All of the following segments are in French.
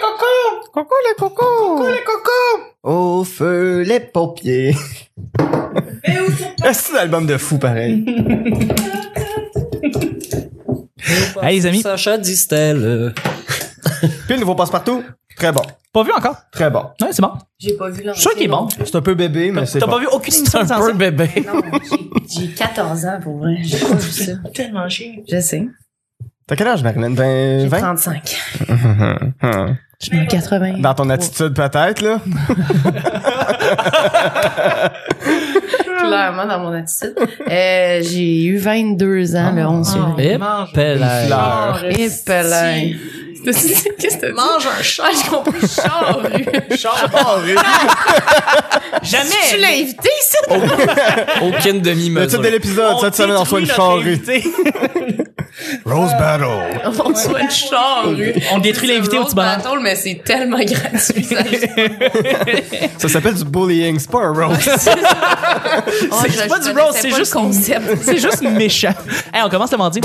cocos Coucou les cocos les cocos Au feu, les pompiers. C'est un album de fou, pareil. Hey, Ah, les amis. Sacha Distel. Puis le nouveau passe-partout, très bon. Pas vu encore? Très bon. Ouais, c'est bon. J'ai pas vu Je suis sûr qu'il est bon. C'est un peu bébé, mais c'est T'as bon. pas vu aucune C'est émission un sans peu ça? bébé. Non, j'ai- j'ai 14 ans pour vrai. J'ai pas vu ça. Tellement chier. Je sais. T'as quel âge, Marilyn? 20? J'ai 20? 35. Hum, hum. Je suis 80. Dans ton attitude, peut-être, là. Clairement dans mon attitude. Euh, j'ai eu 22 ans le 11 février. Eh, mange Pelle. Ah. Ah, Fleur. Et pelin. Qu'est-ce que t'as dit? Mange un chat. Ah, j'ai compris charrue. Jamais! Tu l'as invité, ça? Aucune Le titre demi-mesure. de l'épisode, cette semaine, on reçoit une charrue. Rose Battle. On soit une charrue. On détruit l'invité au petit C'est un bonheur. rose battle, mais c'est tellement gratuit. Ça, Ça s'appelle du bullying, c'est pas un rose. Oh, je- c'est pas je du connaissais rose, c'est pas le juste- concept. C'est juste méchant. Hey, on commence le mardi.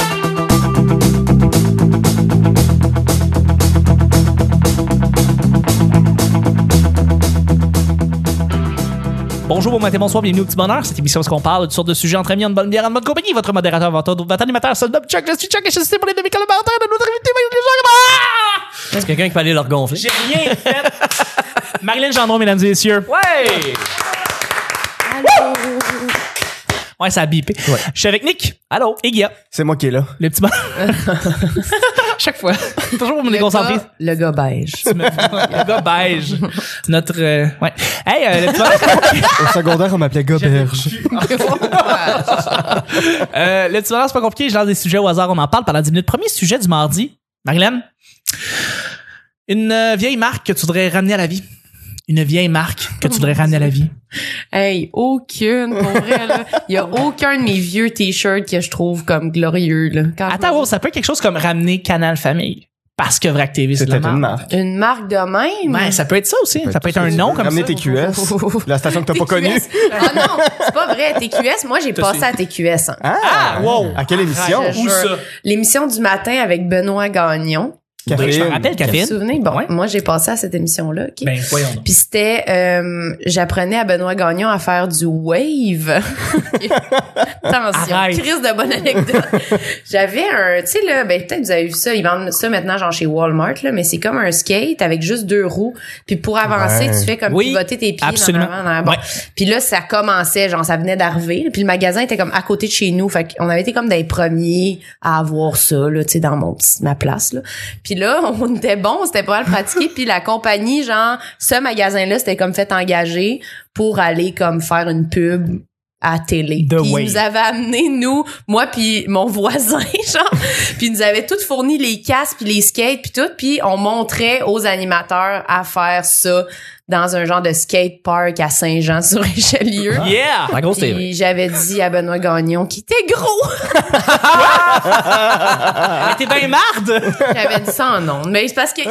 Bonjour, bon matin, bonsoir, bienvenue au Petit Bonheur. Cette émission, où on parle de toutes sortes de sujets entre amis, en bonne bière, en bonne compagnie. Votre modérateur, votre votre animateur, soldat Chuck, je suis Chuck, et je suis pour les demi-collaborateurs de notre invité, Marie-Lé Gendron. C'est quelqu'un qui peut aller leur gonfler. J'ai rien fait. Marilyn Gendron, mesdames et messieurs. Ouais! Ouais, ça a bipé. Je suis avec Nick. Allô. Et Guilla. C'est moi qui est là. Le petit bonheur. Chaque fois. Toujours pour me déconcentrer. gars- le gars beige. Tu me- le gars beige. Notre. euh, ouais. Hey, euh, le petit bonheur. Au secondaire, on m'appelait Goberge. Euh, le petit bonheur, c'est pas compliqué. Je lance des sujets au hasard. On en parle pendant 10 minutes. Premier sujet du mardi. Marilyn. Une euh, vieille marque que tu voudrais ramener à la vie. Une vieille marque que tu voudrais ramener à la vie. Hey, aucune, pour vrai, là. Il y a aucun de mes vieux t-shirts que je trouve comme glorieux, là. Quand je Attends, me wow, ça peut être quelque chose comme ramener Canal Famille. Parce que Vrac TV, c'est de C'était la une marque. marque. dis- Une marque de même? Ouais, ça peut être ça aussi. Ça peut être un nom comme ça. Ramener TQS, la station que t'as pas connue. TQS. Ah non, c'est pas vrai. TQS, moi, j'ai passé à TQS. hein. Ah! wow. À quelle émission? Ah, je- Où ça? L'émission du matin avec Benoît Gagnon. Catherine. Je me rappelle, Vous vous Catherine. souvenez? Bon, Ouais. moi, j'ai passé à cette émission-là. ok. Ben, voyons. donc. Puis c'était, euh, j'apprenais à Benoît Gagnon à faire du wave. Ok. Attention, Arrête. crise de bonne anecdote. J'avais un, tu sais là, ben peut-être vous avez vu ça, ils vendent ça maintenant genre chez Walmart là, mais c'est comme un skate avec juste deux roues. Puis pour avancer, Ouais. tu fais comme Oui, pivoter tes pieds absolument. en avant, en avant. Ouais. Puis là, ça commençait, genre ça venait d'arriver. Puis le magasin était comme à côté de chez nous, fait qu'on avait été comme des premiers à avoir ça là, tu sais dans mon petit ma place là. Puis là, on était bon, c'était pas mal pratiqué. Puis la compagnie, genre, ce magasin-là, c'était comme fait engager pour aller comme faire une pub à télé. The puis Wave. ils nous avaient amené, nous, moi puis mon voisin, genre, puis ils nous avaient tout fourni les casques, puis les skates, puis tout. Puis on montrait aux animateurs à faire ça dans un genre de skate park à Saint-Jean-sur-Richelieu. Ah. Yeah! La grosse TV. Puis j'avais dit à Benoît Gagnon qui était gros. Ah, t'es bien marde! J'avais dit ça en ondes. Mais c'est parce que.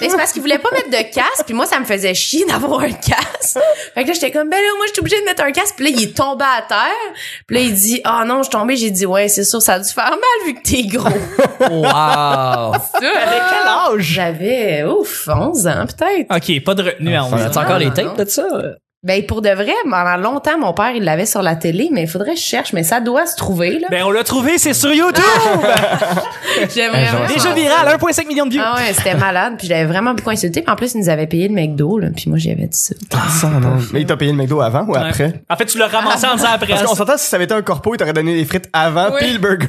Mais c'est parce qu'il voulait pas mettre de casque, puis moi, ça me faisait chier d'avoir un casque. Fait que là, j'étais comme, ben là, moi, je suis obligée de mettre un casque. Puis là, il est tombé à terre. Puis là, il dit, ah non, je suis tombée. J'ai dit, ouais, c'est sûr, ça a dû faire mal vu que t'es gros. Wow! Avec quel âge? hein? J'avais, ouf, 11 ans, peut-être. Ok, pas de retenue à Enfin, 11 As-tu ans. Ah, encore les non. tapes de ça? Ben, pour de vrai, pendant longtemps, mon père, il l'avait sur la télé, mais il faudrait que je cherche, mais ça doit se trouver, là. Ben, on l'a trouvé, c'est sur YouTube! Ah, J'aime Ben, vraiment. j'en- Déjà viral, 1,5 million de vues. Ah ouais, c'était malade, puis je l'avais vraiment beaucoup insulté. Puis en plus, il nous avait payé le McDo, là, puis moi, j'avais dit ça. Sans nom. Ah, Mais il t'a payé le McDo avant ou Ouais. après? En fait, tu l'as ramassé en disant après. Parce qu'on s'entend, si ça avait été un corpo, il t'aurait donné les frites avant, Oui. puis le burger.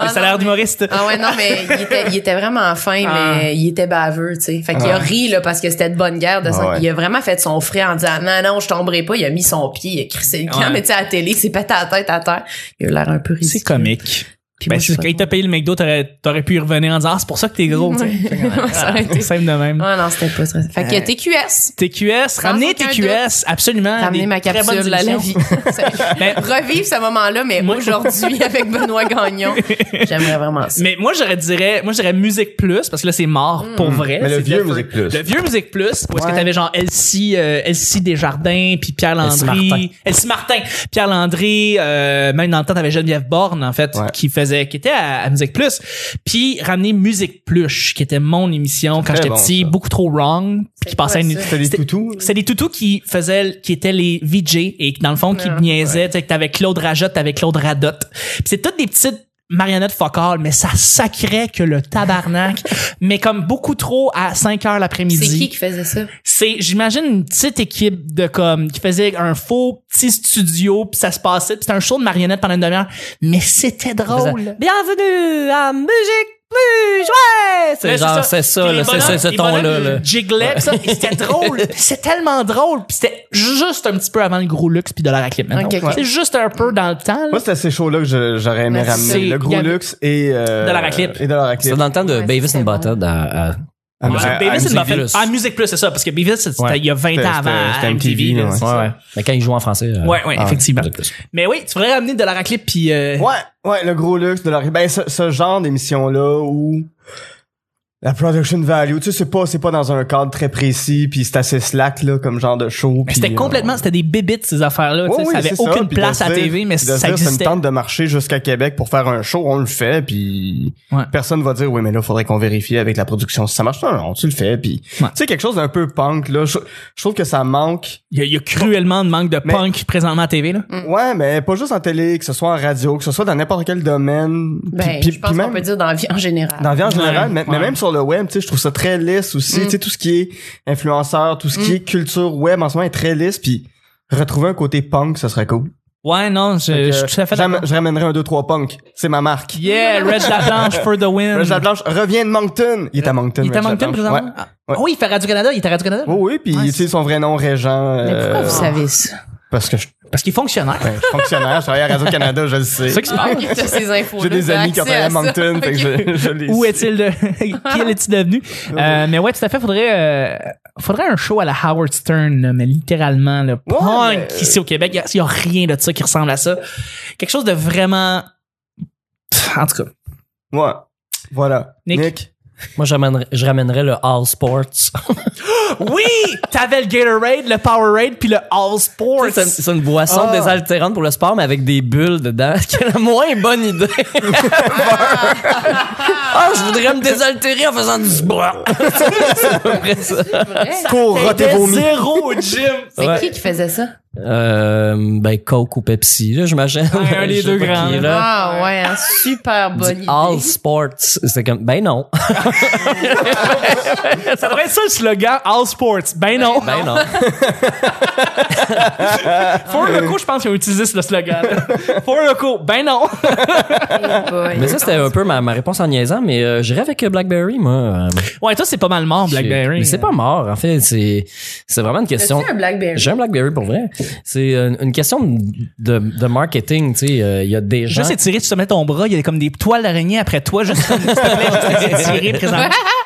Le salaire d'humoriste. Ah ouais, non, mais il était, il était vraiment fin, Ah. mais il était baveux, tu sais. Fait qu'il a ri, là, parce que c'était de bonne guerre. De son- Ah Ouais. Il a vraiment fait son frais en disant, non, non, je tomberai pas. Il a mis son pied, il a crissé le camp, Ouais. mais tu sais, à la télé, il s'est pété la tête à terre. Il a eu l'air un peu ridicule. C'est comique. Puis moi, Ben, je suis c'est- quand pas- il t'a payé le McDo, t'aurais, t'aurais pu y revenir en disant, ah, c'est pour ça que t'es gros, tu sais. Ouais, ça aurait été- Simple de même. Ah non, c'était pas très... Fait qu'il y a TQS. TQS, ramenez aucun TQS, absolument. T'as amené Des ma très bonnes capsule à la émissions. vie. Ben, Revivre ce moment-là, mais Moi- aujourd'hui, avec Benoît Gagnon, j'aimerais vraiment ça. Mais moi, j'aurais dirais, moi, j'aurais Musique Plus, parce que là, c'est mort Mm. pour vrai. Mais le C'est vieux Deffer. Musique Plus. Le vieux Musique Plus, où est-ce que Ouais. t'avais genre Elsie, euh, Elsie Desjardins, puis Pierre Elsie Landry. Elsie Martin. Pierre Landry, euh, même dans le temps, t'avais Geneviève Borne, en fait, Ouais. qui faisait faisait, qui était à, à Musique Plus, puis ramener Musique Plus, qui était mon émission quand Très j'étais bon, petit, ça. beaucoup trop wrong, qui C'est quoi passait une- ça? C'était les toutous. c'est les toutous qui faisaient, qui étaient les VJ et qui, dans le fond, qui Ah, niaisaient. tu sais, que T'avais Claude Rajotte, t'avais Claude Radotte. Puis c'est toutes des petites marionnettes focales, mais ça sacrait que le tabarnak. mais comme beaucoup trop à 5 heures l'après-midi. C'est qui qui faisait ça? C'est, j'imagine, une petite équipe de comme, qui faisait un faux petit studio, puis ça se passait, puis c'était un show de marionnettes pendant une demi-heure. Mais c'était drôle. Bienvenue à Musique Plus! Ouais! Mais C'est genre, ça. c'est ça, Puis là, les c'est bonhommes- c'est ce les bonhommes, ton-là. là. ils jiglaient, pis ça, pis c'était drôle. pis C'était tellement drôle. Puis c'était juste un petit peu avant le gros luxe puis de la clip maintenant. Ok, ok. C'est juste un peu dans le temps. là. Moi, c'était ces shows-là que je- j'aurais aimé Mais c'est- ramener. Le il y gros avait- luxe et... euh, De la raclette. Et de la raclette. C'est dans le temps de Ouais, Beavis c'est and bon. Butthead euh, à, à- Ah, mais- Ouais, à- à Beavis, il MTV. l'a fait. Plus. Ah, Musique Plus, c'est ça, parce que Beavis, c'était Ouais. il y a 20 C'était- ans avant. c'était- c'était à MTV, là, ouais. c'est Ouais, ça. ouais. Mais quand il joue en français. euh, Ouais, ouais, Ah, effectivement. Musique Plus. Mais oui, tu pourrais ramener de la raclette puis euh, Ouais, ouais, le gros luxe de la ben ce, ce genre d'émission là où la production value, tu sais c'est pas c'est pas dans un cadre très précis puis c'est assez slack là comme genre de show mais puis, c'était euh, complètement, c'était des bébites, ces affaires-là. tu ouais, sais, ouais, ça avait c'est ça, aucune puis de place à dire- TV, mais puis de ça dire, existait. Ça me tente de marcher jusqu'à Québec pour faire un show, on le fait puis Ouais. personne va dire oui mais là faudrait qu'on vérifie avec la production si ça marche non, non, tu le fais puis Ouais. tu sais quelque chose d'un peu punk là, je, je trouve que ça manque Il y, a- il y a cruellement de manque de Mais- punk présentement à TV, là. Ouais, mais pas juste en télé, que ce soit en radio, que ce soit dans n'importe quel domaine. Ben, Puis- je puis- pense puis qu'on même- peut dire dans la vie en général. Dans la vie en général, Ouais, mais, mais ouais. même sur le web, tu sais, je trouve ça très lisse aussi. Mm. Tu sais, tout ce qui est influenceur, tout ce qui est culture web en ce moment est très lisse. Puis retrouver un côté punk, ça serait cool. Ouais, non, je, Fait je que, suis tout à fait j'am- d'accord. Je ramènerais un 2-3 punk. C'est ma marque. Yeah, Reg Laplanche for the win. Reg Laplanche revient de Moncton. Il est à Moncton. Il est à Reg Moncton Laplanche. présentement? Ouais. Ah, oui, il fait Radio-Canada, il est à Radio-Canada. Oui, oui, puis Ouais, tu sais, son vrai nom, Régent. Mais pourquoi euh, vous savez ça? Parce que je, Parce qu'il est fonctionnaire. ben, je suis fonctionnaire, je travaille à Radio-Canada, je le sais. C'est ça qui se Ah, passe. ok, t'as ces infos J'ai des amis qui ont travaillé à Moncton, fait que je, je les Où sais. est-il de... Qui est-il devenu? Euh, mais ouais, tout à fait, faudrait... euh, Faudrait un show à la Howard Stern, là, mais littéralement, le punk mais- ici au Québec, il y a- il y a rien de ça qui ressemble à ça. Quelque chose de vraiment... Pff, En tout cas, Ouais. Voilà. Nick. Nick. Moi, je ramènerais, je ramènerais le All Sports. oui, t'avais le Gatorade, le Powerade, puis le All Sports. c'est, une, c'est une boisson Ah. désaltérante pour le sport, mais avec des bulles dedans. C'est la moins bonne idée. ah, je voudrais me désaltérer en faisant du sport. c'est à peu près ça. Cours, T'étais rotez vomi. zéro au gym. C'est Ouais. qui qui faisait ça? Euh, ben, Coke ou Pepsi, là, j'imagine. Ouais, un des Je sais deux pas qui grands, est là. Ah ouais, hein, super Du bonne idée. All Sports. C'est comme, ben non. Ça devrait être ça le slogan All Sports. Ben non. Ben non. Four Loco, je pense qu'ils ont utilisé ce slogan. Four Loco, ben non. Boy. Mais ça, c'était un peu ma, ma réponse en niaisant, mais euh, j'irais avec euh, Blackberry, moi. Euh, Ouais, toi, c'est pas mal mort, Blackberry. hein. Mais c'est pas mort, en fait. C'est, c'est vraiment une T'as-tu question. un Blackberry? J'ai un Blackberry pour vrai. C'est une, une question de, de marketing, tu sais. euh, Il y a des gens. Juste étirer, tu te mets ton bras, il y a comme des toiles d'araignée après toi, juste comme, s'il te plaît, juste étirer présentement.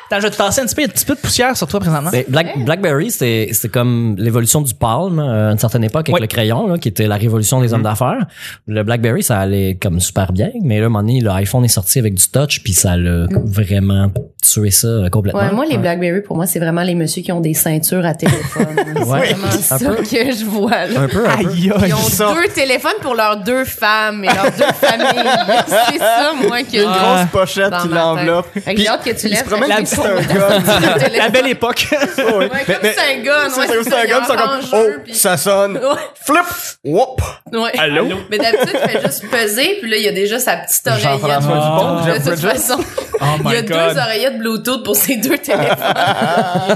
Attends, je vais te tasser un petit peu, il y a un petit peu de poussière sur toi présentement. Ben, Black- Blackberry, c'est c'est comme l'évolution du palm euh, à une certaine époque avec Oui. le crayon, là, qui était la révolution des hommes d'affaires. Le Blackberry, ça allait comme super bien, mais là, à un moment donné, l'iPhone est sorti avec du touch, puis ça l'a vraiment tué ça euh, complètement. Mhm. Ouais, moi, les Blackberry, pour moi, c'est vraiment les messieurs qui ont des ceintures à téléphone. c'est Ouais. vraiment ça Un peu. que je vois. là. Un peu, un peu. Aïe, aïe. Ils ont ça. deux téléphones pour leurs deux femmes et leurs deux familles. c'est ça, moi, que Une je- Ah, grosse pochette dans qui ma tête. l'enveloppe. Oh, Fait que Puis j'ai hâte que tu il lèves se promène ta comme si c'était un téléphone. gun. Le téléphone. La belle époque. Ouais, Ouais, mais- comme mais- c'est un gun. c'est comme si c'était un gun, c'est comme, oh, ça sonne. Flip! Whoop! Ouais. Allô? Mais d'habitude, tu fais juste peser, puis là, il y a déjà sa petite oreillette. Jean-François Dupont, de Jeff toute Bridges. façon, il y a Ah. Oh my God. deux oreillettes Bluetooth pour ces deux téléphones.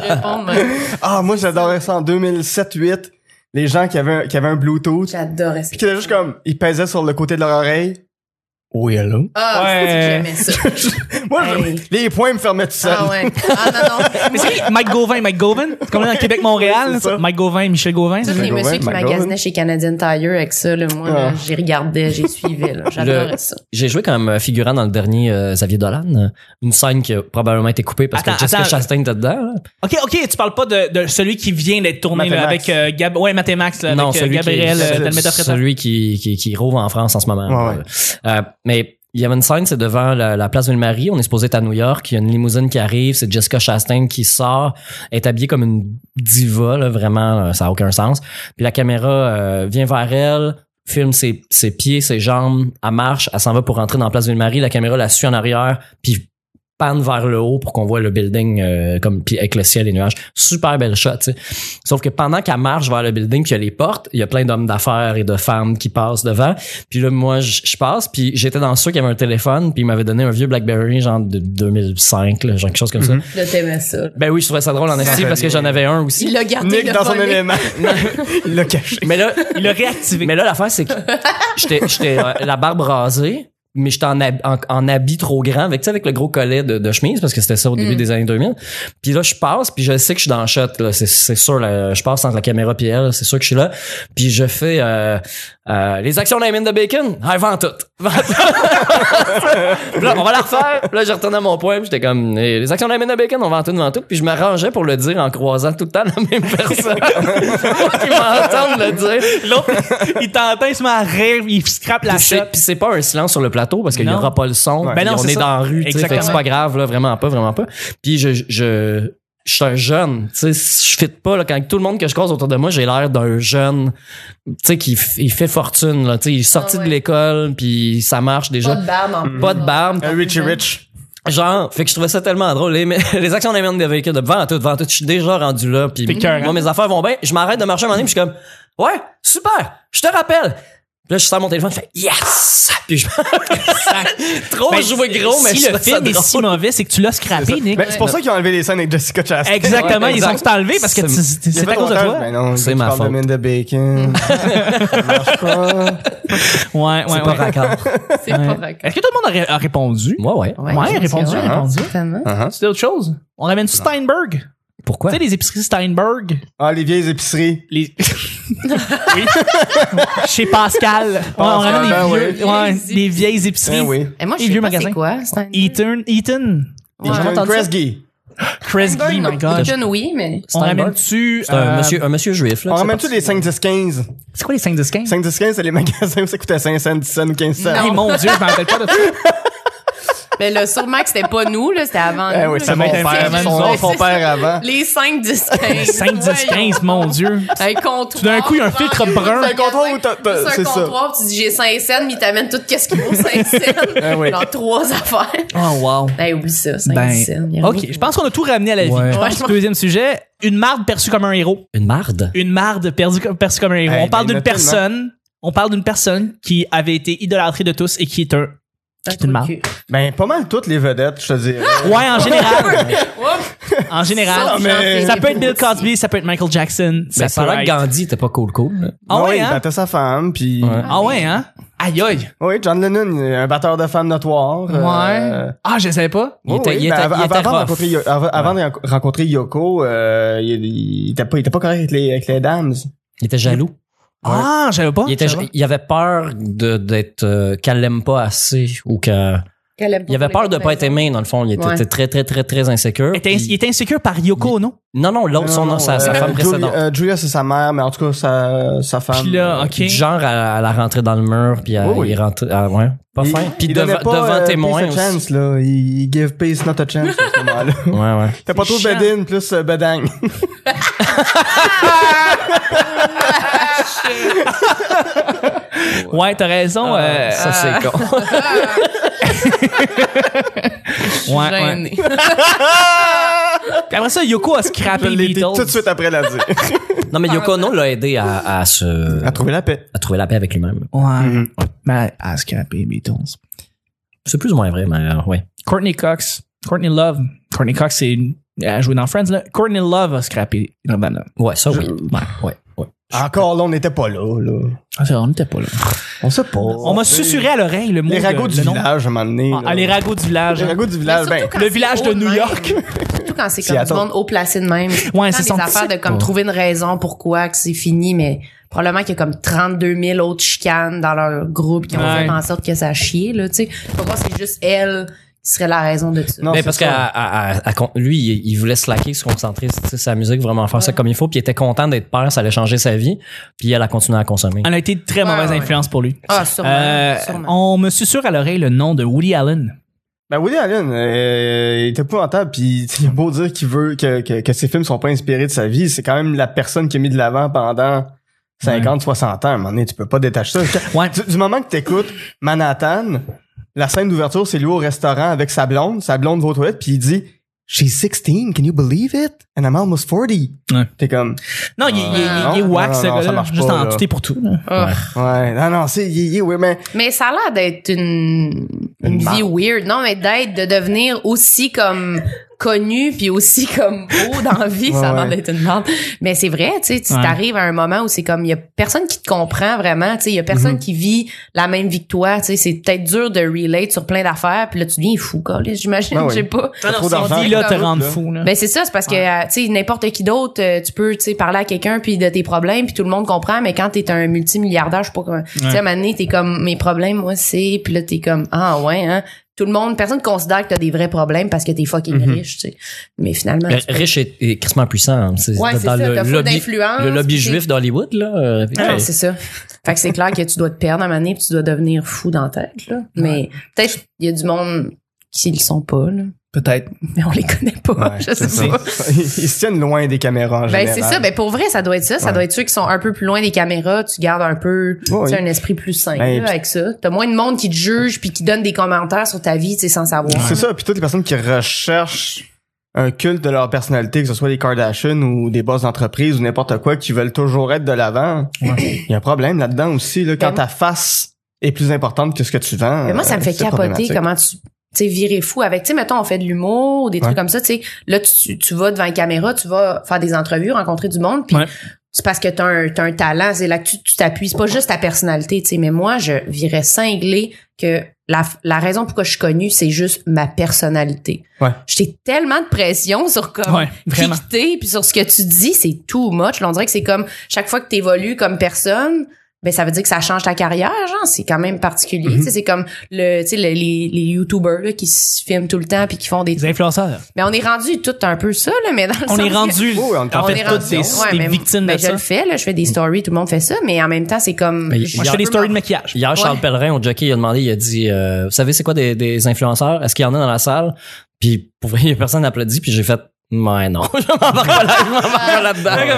Ils répondent, mais Ah, moi, j'adorais ça en 2007-8. Les gens qui avaient, un- qui avaient un Bluetooth. J'adorais ça. Puis qui étaient juste comme, ils pesaient sur le côté de leur oreille. Oui, allô? Ah, Ouais. c'est que j'aimais ça. Moi, je- Hey. les points me fermaient tout seul. Ah ouais. Ah non, non. Mais c'est qui? Mike Gauvin, Mike Gauvin. C'est comme dans Québec-Montréal. Oui, c'est ça. Mike Gauvin, Michel Gauvin. Tous Michael les messieurs qui Michael. magasinaient chez Canadian Tire avec ça, là, moi, là, Ah. j'y regardais, j'y suivais. là. J'adorais Le- ça. J'ai joué comme euh, figurant dans le dernier euh, Xavier Dolan, une scène qui a probablement été coupée parce Attends, que Jessica attends. Chastain était dedans. là. Ok, ok, tu parles pas de, de celui qui vient d'être tourné là, avec Mathémax. euh, Gab... ouais, Mathémax, là, avec euh, celui qui- Gabriel ce- euh, Delmeta Freitas. Celui qui, qui, qui rouvre en France en ce moment. Ouais, ouais. Euh, mais il y avait une scène, c'est devant la, la place Ville-Marie. On est supposé être à New York. Il y a une limousine qui arrive. C'est Jessica Chastain qui sort, est habillée comme une diva, là, vraiment, euh, ça n'a aucun sens. Puis la caméra euh, vient vers elle, filme ses, ses pieds, ses jambes, elle marche, elle s'en va pour rentrer dans la place Ville-Marie, la caméra la suit en arrière, puis panne vers le haut pour qu'on voit le building euh, comme puis avec le ciel et les nuages. Super belle shot, tu sais. Sauf que pendant qu'elle marche vers le building, puis il y a les portes, il y a plein d'hommes d'affaires et de femmes qui passent devant. Puis là, moi, je je passe, puis j'étais dans ceux qui avaient un téléphone, puis ils m'avaient donné un vieux BlackBerry, genre de 2005, là, genre quelque chose comme ça. Je t'aimais ça. Ben oui, je trouvais ça drôle en esti va parce que bien. j'en avais un aussi. Il l'a gardé. il Nick l'a dans son volé. élément. Il l'a caché. Mais là, Il l'a réactivé. mais là, l'affaire, c'est que j'étais, j'étais euh, la barbe rasée, mais j'étais en, hab- en, en habit trop grand, avec, tu sais, avec le gros collet de, de chemise, parce que c'était ça au début des années 2000. Puis là, je passe, puis je sais que je suis dans le shot. Là, c'est, c'est sûr, là, je passe entre la caméra puis elle, c'est sûr que je suis là. Puis je fais euh, euh, les actions d'Amin de Bacon, elle vend tout. Vend tout. Puis là, on va la refaire. Puis là, je retourne à mon point, puis j'étais comme Eh, les actions d'Amin de Bacon, on vend tout, on vend tout. Puis je m'arrangeais pour le dire en croisant tout le temps la même personne. Pour qu'ils m'entendent le dire. L'autre, il t'entend, il se met à rire, il scrape la Puis c'est- shot. Puis c'est pas un silence sur le plateau parce qu'il n'y Non. aura pas le son. Ouais. Ben non, on c'est est ça. dans la rue. tu sais, fait que C'est Exactement. pas grave, là, vraiment pas, vraiment pas. Puis je, je, je suis un jeune. tu sais, Je fit pas. Là, quand tout le monde que je croise autour de moi, j'ai l'air d'un jeune tu sais, qui f- il fait fortune. Là, tu sais, il est sorti Ah ouais. de l'école, puis ça marche déjà. Pas de barbe en Pas de barbe. Un Richie Rich. Genre, fait que je trouvais ça tellement drôle. Les, les actions d'Amen de véhicule, de devant tout, devant tout, je suis déjà rendu là. Puis T'es cœur, hein? moi, mes affaires vont bien. Je m'arrête de marcher un moment donné, puis je suis comme, ouais, super, je te rappelle. Puis là, je sors mon téléphone, je fais yes! Puis je trop Ben, joué gros, mais si Oh, je trouvais ça le film est drôle. si mauvais, c'est que tu l'as C'est scrappé, ça. Nick. Ben, c'est pour ça qu'ils ont enlevé les scènes avec Jessica Chastain. Exactement, Ouais, ils exact. ont tout enlevé parce que C'est- tu- tu- Il y a c'est pas à de cause de montage. toi. Ben non, C'est tu ma parles de faute. Minda Bacon. Ça marche pas. Ouais, C'est ouais, pas ouais. raccord. C'est pas Ouais. vrai. Est-ce que tout le monde a, ré- a répondu? Moi, ouais. Ouais, répondu, ouais. répondu. Certainement. C'est autre chose. On amène Steinberg. Pourquoi? Tu sais, les épiceries Steinberg. Ah, les vieilles épiceries. Les... oui. Chez Pascal. Ouais, on ramène ben des, oui. vieux- ouais, des vieilles épiceries. Ben oui. Et moi, je Les sais vieux pas magasins. c'est quoi. c'est un- Eaton, Eaton. Ouais. J'ai entendu ça. Kresge. Kresge, Non, oh my God. Eaton, oui, mais... On Steinberg. ramène-tu... C'est un euh, monsieur, un monsieur juif, là. On c'est ramène-tu les 5, 10, 15? C'est quoi les 5 de 15? 5, 10, 15, c'est les magasins où ça coûtait 5 cents, 10 cents ou 15 cents. Non. Hey, mon Dieu, je m'en rappelle pas de ça. Mais le ben sûrement que c'était pas nous, là, c'était avant Eh nous. oui, là. c'est va mon être un père. film, Son ça. nom, son père hein. avant. Les 5, 10, 15. 5, 10, 15, mon Dieu. Un comptoir. Tout d'un coup, il y a un filtre brun. C'est un comptoir où t'as- t'as- C'est c'est un ça. comptoir, tu dis j'ai 5 cents, mais il t'amène tout qu'est-ce qui vaut 5 Ah cents. oui. Genre trois affaires. Oh, wow. Ben oublie ça, 5 Ben, cents. il y a OK, rien. je pense qu'on a tout ramené à la vie. Ouais. Je pense que le deuxième sujet, une marde perçue comme un héros. Une marde. Une marde perdue comme- perçue comme un héros. Hey, on parle ben, d'une il y en a tellement. personne, on parle d'une personne qui avait été idolâtrée de tous et qui est un Un qui est trou une de marde. cul. Ben, pas mal toutes les vedettes, je te dirais. Ouais, en général, Oups. en Ça, général, mais- ça peut être Bill Cosby, ça peut être Michael Jackson, Mais ça ça peut a l'air que être- Gandhi était pas cool, cool. là. Ah Non, ouais, Il hein? battait sa femme, puis... Ouais. Ah ouais, hein? Aïe aïe. Oui, John Lennon, il est un batteur de femmes notoire. euh, Ah, je savais pas. Il oui, était- oui, il ben, était- av- il av- était avant de rough. rencontrer Yo- av- avant de rencontrer Yoko, euh, il, il était pas, il était pas correct avec les, avec les dames. Il était jaloux. Ah, je savais pas. Il, était, Je savais il avait peur de, d'être, euh, qu'elle l'aime pas assez ou que, Qu'elle aime il avait peur de pas être aimé, dans le fond. Il était, Ouais. était très, très, très, très insécure. pas. Il était, Puis- il était insécure par Yoko, non? Non, non, l'autre, son, Non, non, sa, euh, sa femme Julia- précédente. euh, Julia, c'est sa mère, mais en tout cas, sa, sa femme. Puis là, euh, ok. Du genre à, à la rentrer dans le mur, puis à Oui, oui. y rentrer. ah, ouais, pas il- fin. Puis il deva- donnait pas, devant euh, témoins Peace a aussi. chance, là. Il, il give peace not a chance à ce moment-là. Ouais, ouais. T'as pas trop chiant. bedin plus euh, bedang. Ouais, t'as raison. euh, ça, c'est con. ouais, ouais. Gêné. Puis Après ça, Yoko a Je scrappé les l'ai dit Beatles. tout de suite après la dire. non, mais Yoko Ono l'a aidé à, à se. À trouver la paix. à trouver la paix avec lui-même. Ouais. Mais elle a scrappé les Beatles. C'est plus ou moins vrai, mais euh, ouais. Courtney Cox. Courtney Love. Courtney Cox, c'est une- elle a joué dans Friends. Là. Courtney Love a scrappé Nirvana. Ouais, ça, oui. Ouais, ouais, ouais. Encore là, on n'était pas là, là. Ah, c'est vrai, on n'était pas là. On sait pas. On m'a susurré à l'oreille le mot. Les de- ragots du le nom. village, à un moment donné. Ah, là. ah, les ragots du village. Les ragots du village, Mais ben. surtout quand Le c'est village de haut New même. York. Surtout quand c'est comme du Seattle. monde haut placé de même. Ouais, Quand c'est des son affaires petit- de comme trouver une raison pourquoi que c'est fini, mais probablement qu'il y a comme 32 000 autres chicanes dans leur groupe qui ont Ouais. fait en sorte que ça a chié, là, tu sais. Pourquoi c'est juste elle qui serait la raison de ça? Non, Mais c'est parce que ça. à- à- à- à- lui, il, il voulait slacker, se concentrer, tu sais, sa musique, vraiment faire ça comme il faut. Puis il était content d'être père, ça allait changer sa vie. Puis elle a continué à consommer. Elle a été de très Ouais, mauvaise ouais. influence pour lui. Ah, sûrement, Euh, sûrement. on me susurre à l'oreille le nom de Woody Allen. Ben Woody Allen, euh, il était épouvantable, puis il a beau dire qu'il veut que, que, que ses films sont pas inspirés de sa vie, c'est quand même la personne qui a mis de l'avant pendant 50, 60 ans, à un moment donné, tu peux pas détacher ça. Ouais. Du, du moment que t'écoutes Manhattan, la scène d'ouverture, c'est lui au restaurant avec sa blonde, sa blonde va aux toilettes, puis il dit « She's 16, can you believe it? And I'm almost 40. Ouais. T'es comme... Non, il, il- il- il est Non, wack, non, ce non, ça gars-là. marche Juste pas, en là. tout et pour tout. là. Ah. Ouais. Ouais, non, non, c'est... il- il- oui, mais... Mais ça a l'air d'être une, une Une vie weird. Non, mais d'être, de devenir aussi comme connu puis aussi comme beau dans la vie, ça a l'air Ouais, ouais. d'être une merde. Mais c'est vrai, tu sais, tu Ouais. t'arrives à un moment où c'est comme, il y a personne qui te comprend vraiment, tu sais, il y a personne qui vit la même vie que toi, tu sais, c'est peut-être dur de relate sur plein d'affaires puis là, tu deviens fou, quoi, j'imagine, Ah oui. je sais pas. T'as trop si on d'argent. dit, Dis là, te comme- rend là. fou. là. ben c'est ça, c'est parce que euh, tu sais n'importe qui d'autre, euh, tu peux tu sais parler à quelqu'un puis de tes problèmes puis tout le monde comprend, mais quand t'es un multimilliardaire, je sais pas comment, tu sais à un moment donné t'es comme mes problèmes moi c'est, puis là t'es comme ah ouais hein, tout le monde, personne considère que t'as des vrais problèmes parce que t'es fucking Mhm. riche, tu sais, mais finalement Mais tu peux- Euh, riche et, et crissement puissant. hein. C'est ouais c'est dans ça, t'as le faute lobby, d'influence, le lobby puis t'es- juif d'Hollywood, là. euh, avec- Ah, c'est ça. Fait que c'est clair que tu dois te perdre à un moment donné puis tu dois devenir fou dans ta tête là, mais peut-être il y a du monde qui le sont pas là, Peut-être. mais on les connaît pas, Ouais, je sais c'est pas. ça. Ils ils se tiennent loin des caméras en Ben général. c'est ça, ben pour vrai, ça doit être ça. Ça Ouais. doit être ceux qui sont un peu plus loin des caméras. Tu gardes un peu, Ouais, tu sais, oui. un esprit plus sain Ben, là, pis- avec ça. T'as moins de monde qui te juge puis qui donne des commentaires sur ta vie, tu sais, sans savoir. C'est ça, puis toutes les personnes qui recherchent un culte de leur personnalité, que ce soit les Kardashian ou des boss d'entreprise ou n'importe quoi, qui veulent toujours être de l'avant, il y a un problème là-dedans aussi. Là, quand Ben- ta face est plus importante que ce que tu vends. Mais moi, ça me euh, fait c'est capoter problématique. comment tu tu sais virer fou avec tu sais mettons on fait de l'humour ou des trucs Ouais. comme ça tu sais là tu- tu, tu vas devant les caméras tu vas faire des entrevues rencontrer du monde puis Ouais. c'est parce que t'as un t'as un talent c'est là que tu tu t'appuies c'est pas juste ta personnalité tu sais mais moi je virais cinglé que la la raison pourquoi je suis connue c'est juste ma personnalité Ouais. j'ai tellement de pression sur comme Ouais, vraiment. qui que t'es, puis sur ce que tu dis, c'est too much. Là, on dirait que c'est comme chaque fois que t'évolues comme personne, ben ça veut dire que ça change ta carrière, genre. C'est quand même particulier. Mm-hmm. Mhm. Tu sais, C'est comme le, tu sais, le- les, les YouTubers là, qui se filment tout le temps puis qui font des. Les influenceurs. Mais on est rendu tout un peu ça, là. Mais dans le On sens est que- rendu. Oui, on est en on fait, est toutes rendu- des, ouais, des mais- victimes mais de je ça. Mm. Ben, le fais, là, je fais des stories, tout le monde fait ça, mais en même temps, c'est comme. Mais Moi, je fais des stories de maquillage. Hier, Charles Ouais. Pellerin au jockey, il a demandé, il a dit, euh, vous savez c'est quoi des, des influenceurs? Est-ce qu'il y en a dans la salle? Puis pour vrai, il y a personne applaudit, puis j'ai fait, mais non, je m'en vais pas là- je m'en vais pas là-dedans.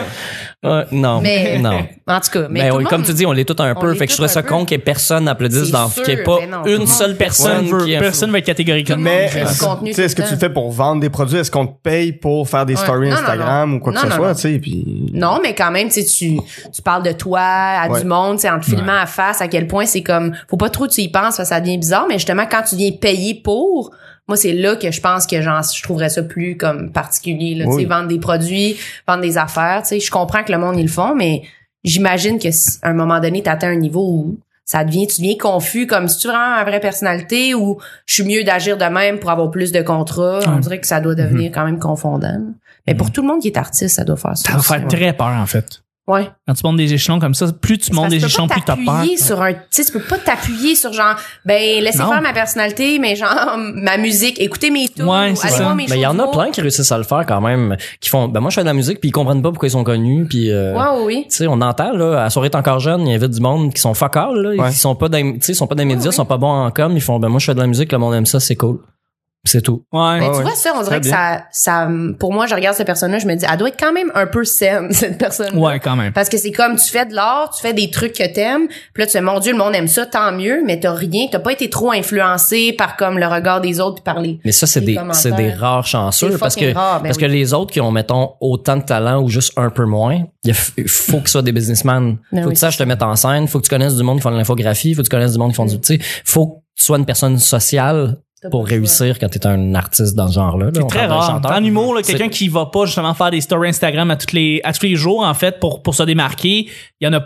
Euh, non, Mais- non. En tout cas, mais, Ben, Mais tout on- le comme monde- tu dis, on l'est tout un on peu. l'est Fait que je tous trouvais un ça peu. con qu'il y ait personne applaudisse C'est dans, sûr, qu'il n'y ait pas mais non, tout le une monde seule fait ça. personne Personne qui veut- personne va être catégorique. Tout le monde Mais fait du est-ce- contenu tu sais, est-ce que tout le tu le temps. fais pour vendre des produits? Est-ce qu'on te paye pour faire des Ouais. stories Non, non, Instagram ou quoi que Non, ce non, non. soit? tu sais, Puis... Non, mais quand même, tu sais, tu, tu parles de toi à Ouais. du monde, tu sais, en te filmant à face, à quel point c'est comme, faut pas trop que tu y penses, parce que ça devient bizarre, mais justement, quand tu viens payer pour, moi, c'est là que je pense que genre, je trouverais ça plus comme particulier, là, tu sais, Oui. vendre des produits, vendre des affaires, tu sais, je comprends que le monde, ils le font, mais j'imagine que si, à un moment donné, t'atteins un niveau où ça devient, tu deviens confus, comme si tu vraiment une vraie personnalité ou je suis mieux d'agir de même pour avoir plus de contrats. On Ouais. dirait que ça doit devenir Mhm. quand même confondant. Mais pour tout le monde qui est artiste, ça doit faire ça. Ça va aussi, faire ouais. très peur, en fait. Ouais. Quand tu montes des échelons comme ça, plus tu montes Parce que des tu peux échelons, pas plus t'as peur. t'appuyer sur un, tu sais, tu peux pas t'appuyer sur genre, ben, laissez Non. faire ma personnalité, mais genre, ma musique, écoutez mes tunes, Ouais, ou c'est allez ça. voir mes Mais Ben, il y shows en a d'humour. plein qui réussissent à le faire quand même. Qui font, ben moi je fais de la musique, puis ils comprennent pas pourquoi ils sont connus, puis. euh, Ouais, ouais, oui. Tu sais, on entend, là, à Soirée est encore jeune, il y avait du monde qui sont fuck all, là, Ouais. qui sont pas dans, les- tu sais, ils sont pas dans les médias, oui. sont pas bons en com, ils font, ben, moi, je fais de la musique, le monde aime ça, c'est cool. C'est tout. Ouais. Ben, Ouais, tu ouais. vois, ça, on dirait Très que ça, ça, pour moi, je regarde cette personne-là, je me dis, elle doit être quand même un peu saine, cette personne Ouais, quand même. Parce que c'est comme, tu fais de l'art, tu fais des trucs que t'aimes, puis là, tu fais, mon Dieu, le monde aime ça, tant mieux, mais t'as rien, t'as pas été trop influencé par comme le regard des autres puis par les... Mais ça, c'est Les des, commentaires. c'est des rares chanceux C'est parce que, fucking rare, ben parce oui. que les autres qui ont, mettons, autant de talent ou juste un peu moins, il y a- il faut que ce soit des businessmen. Ben faut oui, que tu saches te mettre en scène, faut que tu connaisses du monde qui font de l'infographie, faut que tu connaisses du monde qui font du, tu sais, faut que tu sois une personne sociale Mm. T'as pour pas le choix. réussir quand t'es un artiste dans ce genre-là. là. C'est On très parle d'un rare. chanteur. En humour, là, C'est- quelqu'un qui va pas justement faire des stories Instagram à, toutes les, à tous les jours, en fait, pour, pour se démarquer, il y en a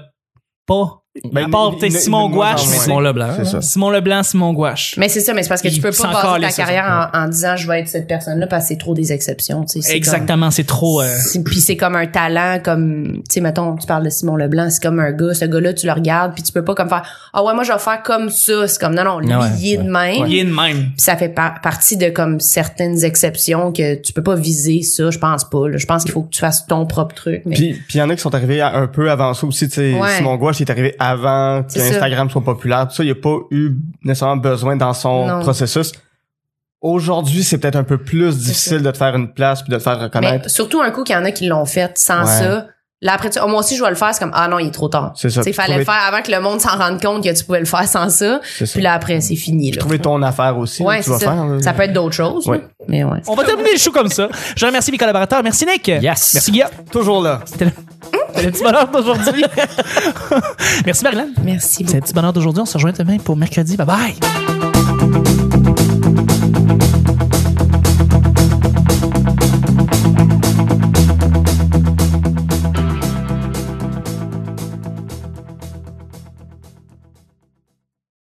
pas. Ben, à part il- peut-être il- il- Simon il- il- Gouache, il- mais il- Simon Leblanc. C'est ça. Simon Leblanc, Simon Gouache. Mais c'est ça, mais c'est parce que Il tu peux s'en pas baser calait, ta ça, carrière en, en disant je vais être cette personne-là parce que c'est trop des exceptions. tu sais, c'est comme- Exactement, c'est trop. euh, C'est- Puis c'est comme un talent, comme, tu sais, mettons, tu parles de Simon Leblanc, c'est comme un gars, ce gars-là, tu le regardes, puis tu peux pas comme faire, ah ouais, moi, je vais faire comme ça. C'est comme, non, non, lui, Ah ouais, il est de même. il est de même. Puis ça fait par- partie de comme certaines exceptions que tu peux pas viser ça, je pense pas. là. Je pense qu'il faut que tu fasses ton propre truc. Mais... Puis, puis il y en a qui sont arrivés à- un peu avant ça aussi, tu sais. Ouais. Simon Gouache il est arrivé avant que C'est ça. Instagram soit populaire, tout ça. Il a pas eu nécessairement besoin dans son Non. processus. Aujourd'hui, c'est peut-être un peu plus difficile de te faire une place puis de te faire Mais reconnaître. surtout un coup qu'il y en a qui l'ont fait sans Ouais. ça. Là, après, tu, oh, moi aussi, je vais le faire. C'est comme, ah non, il est trop tard. C'est ça. Tu sais, Puis fallait trouver- le faire avant que le monde s'en rende compte que tu pouvais le faire sans ça. C'est ça. Puis là, après, c'est fini, là. Trouver ton affaire aussi, Ouais, que tu c'est vas ça. faire. là. Ça peut être d'autres choses, Ouais. là. mais ouais. On va terminer le show comme ça. Je remercie mes collaborateurs. Merci Nick. Yes. Merci Guillaume. Toujours là. C'était le, c'était le petit bonheur d'aujourd'hui. Merci Marilyn. Merci beaucoup. C'est le petit bonheur d'aujourd'hui. On se rejoint demain pour mercredi. Bye bye.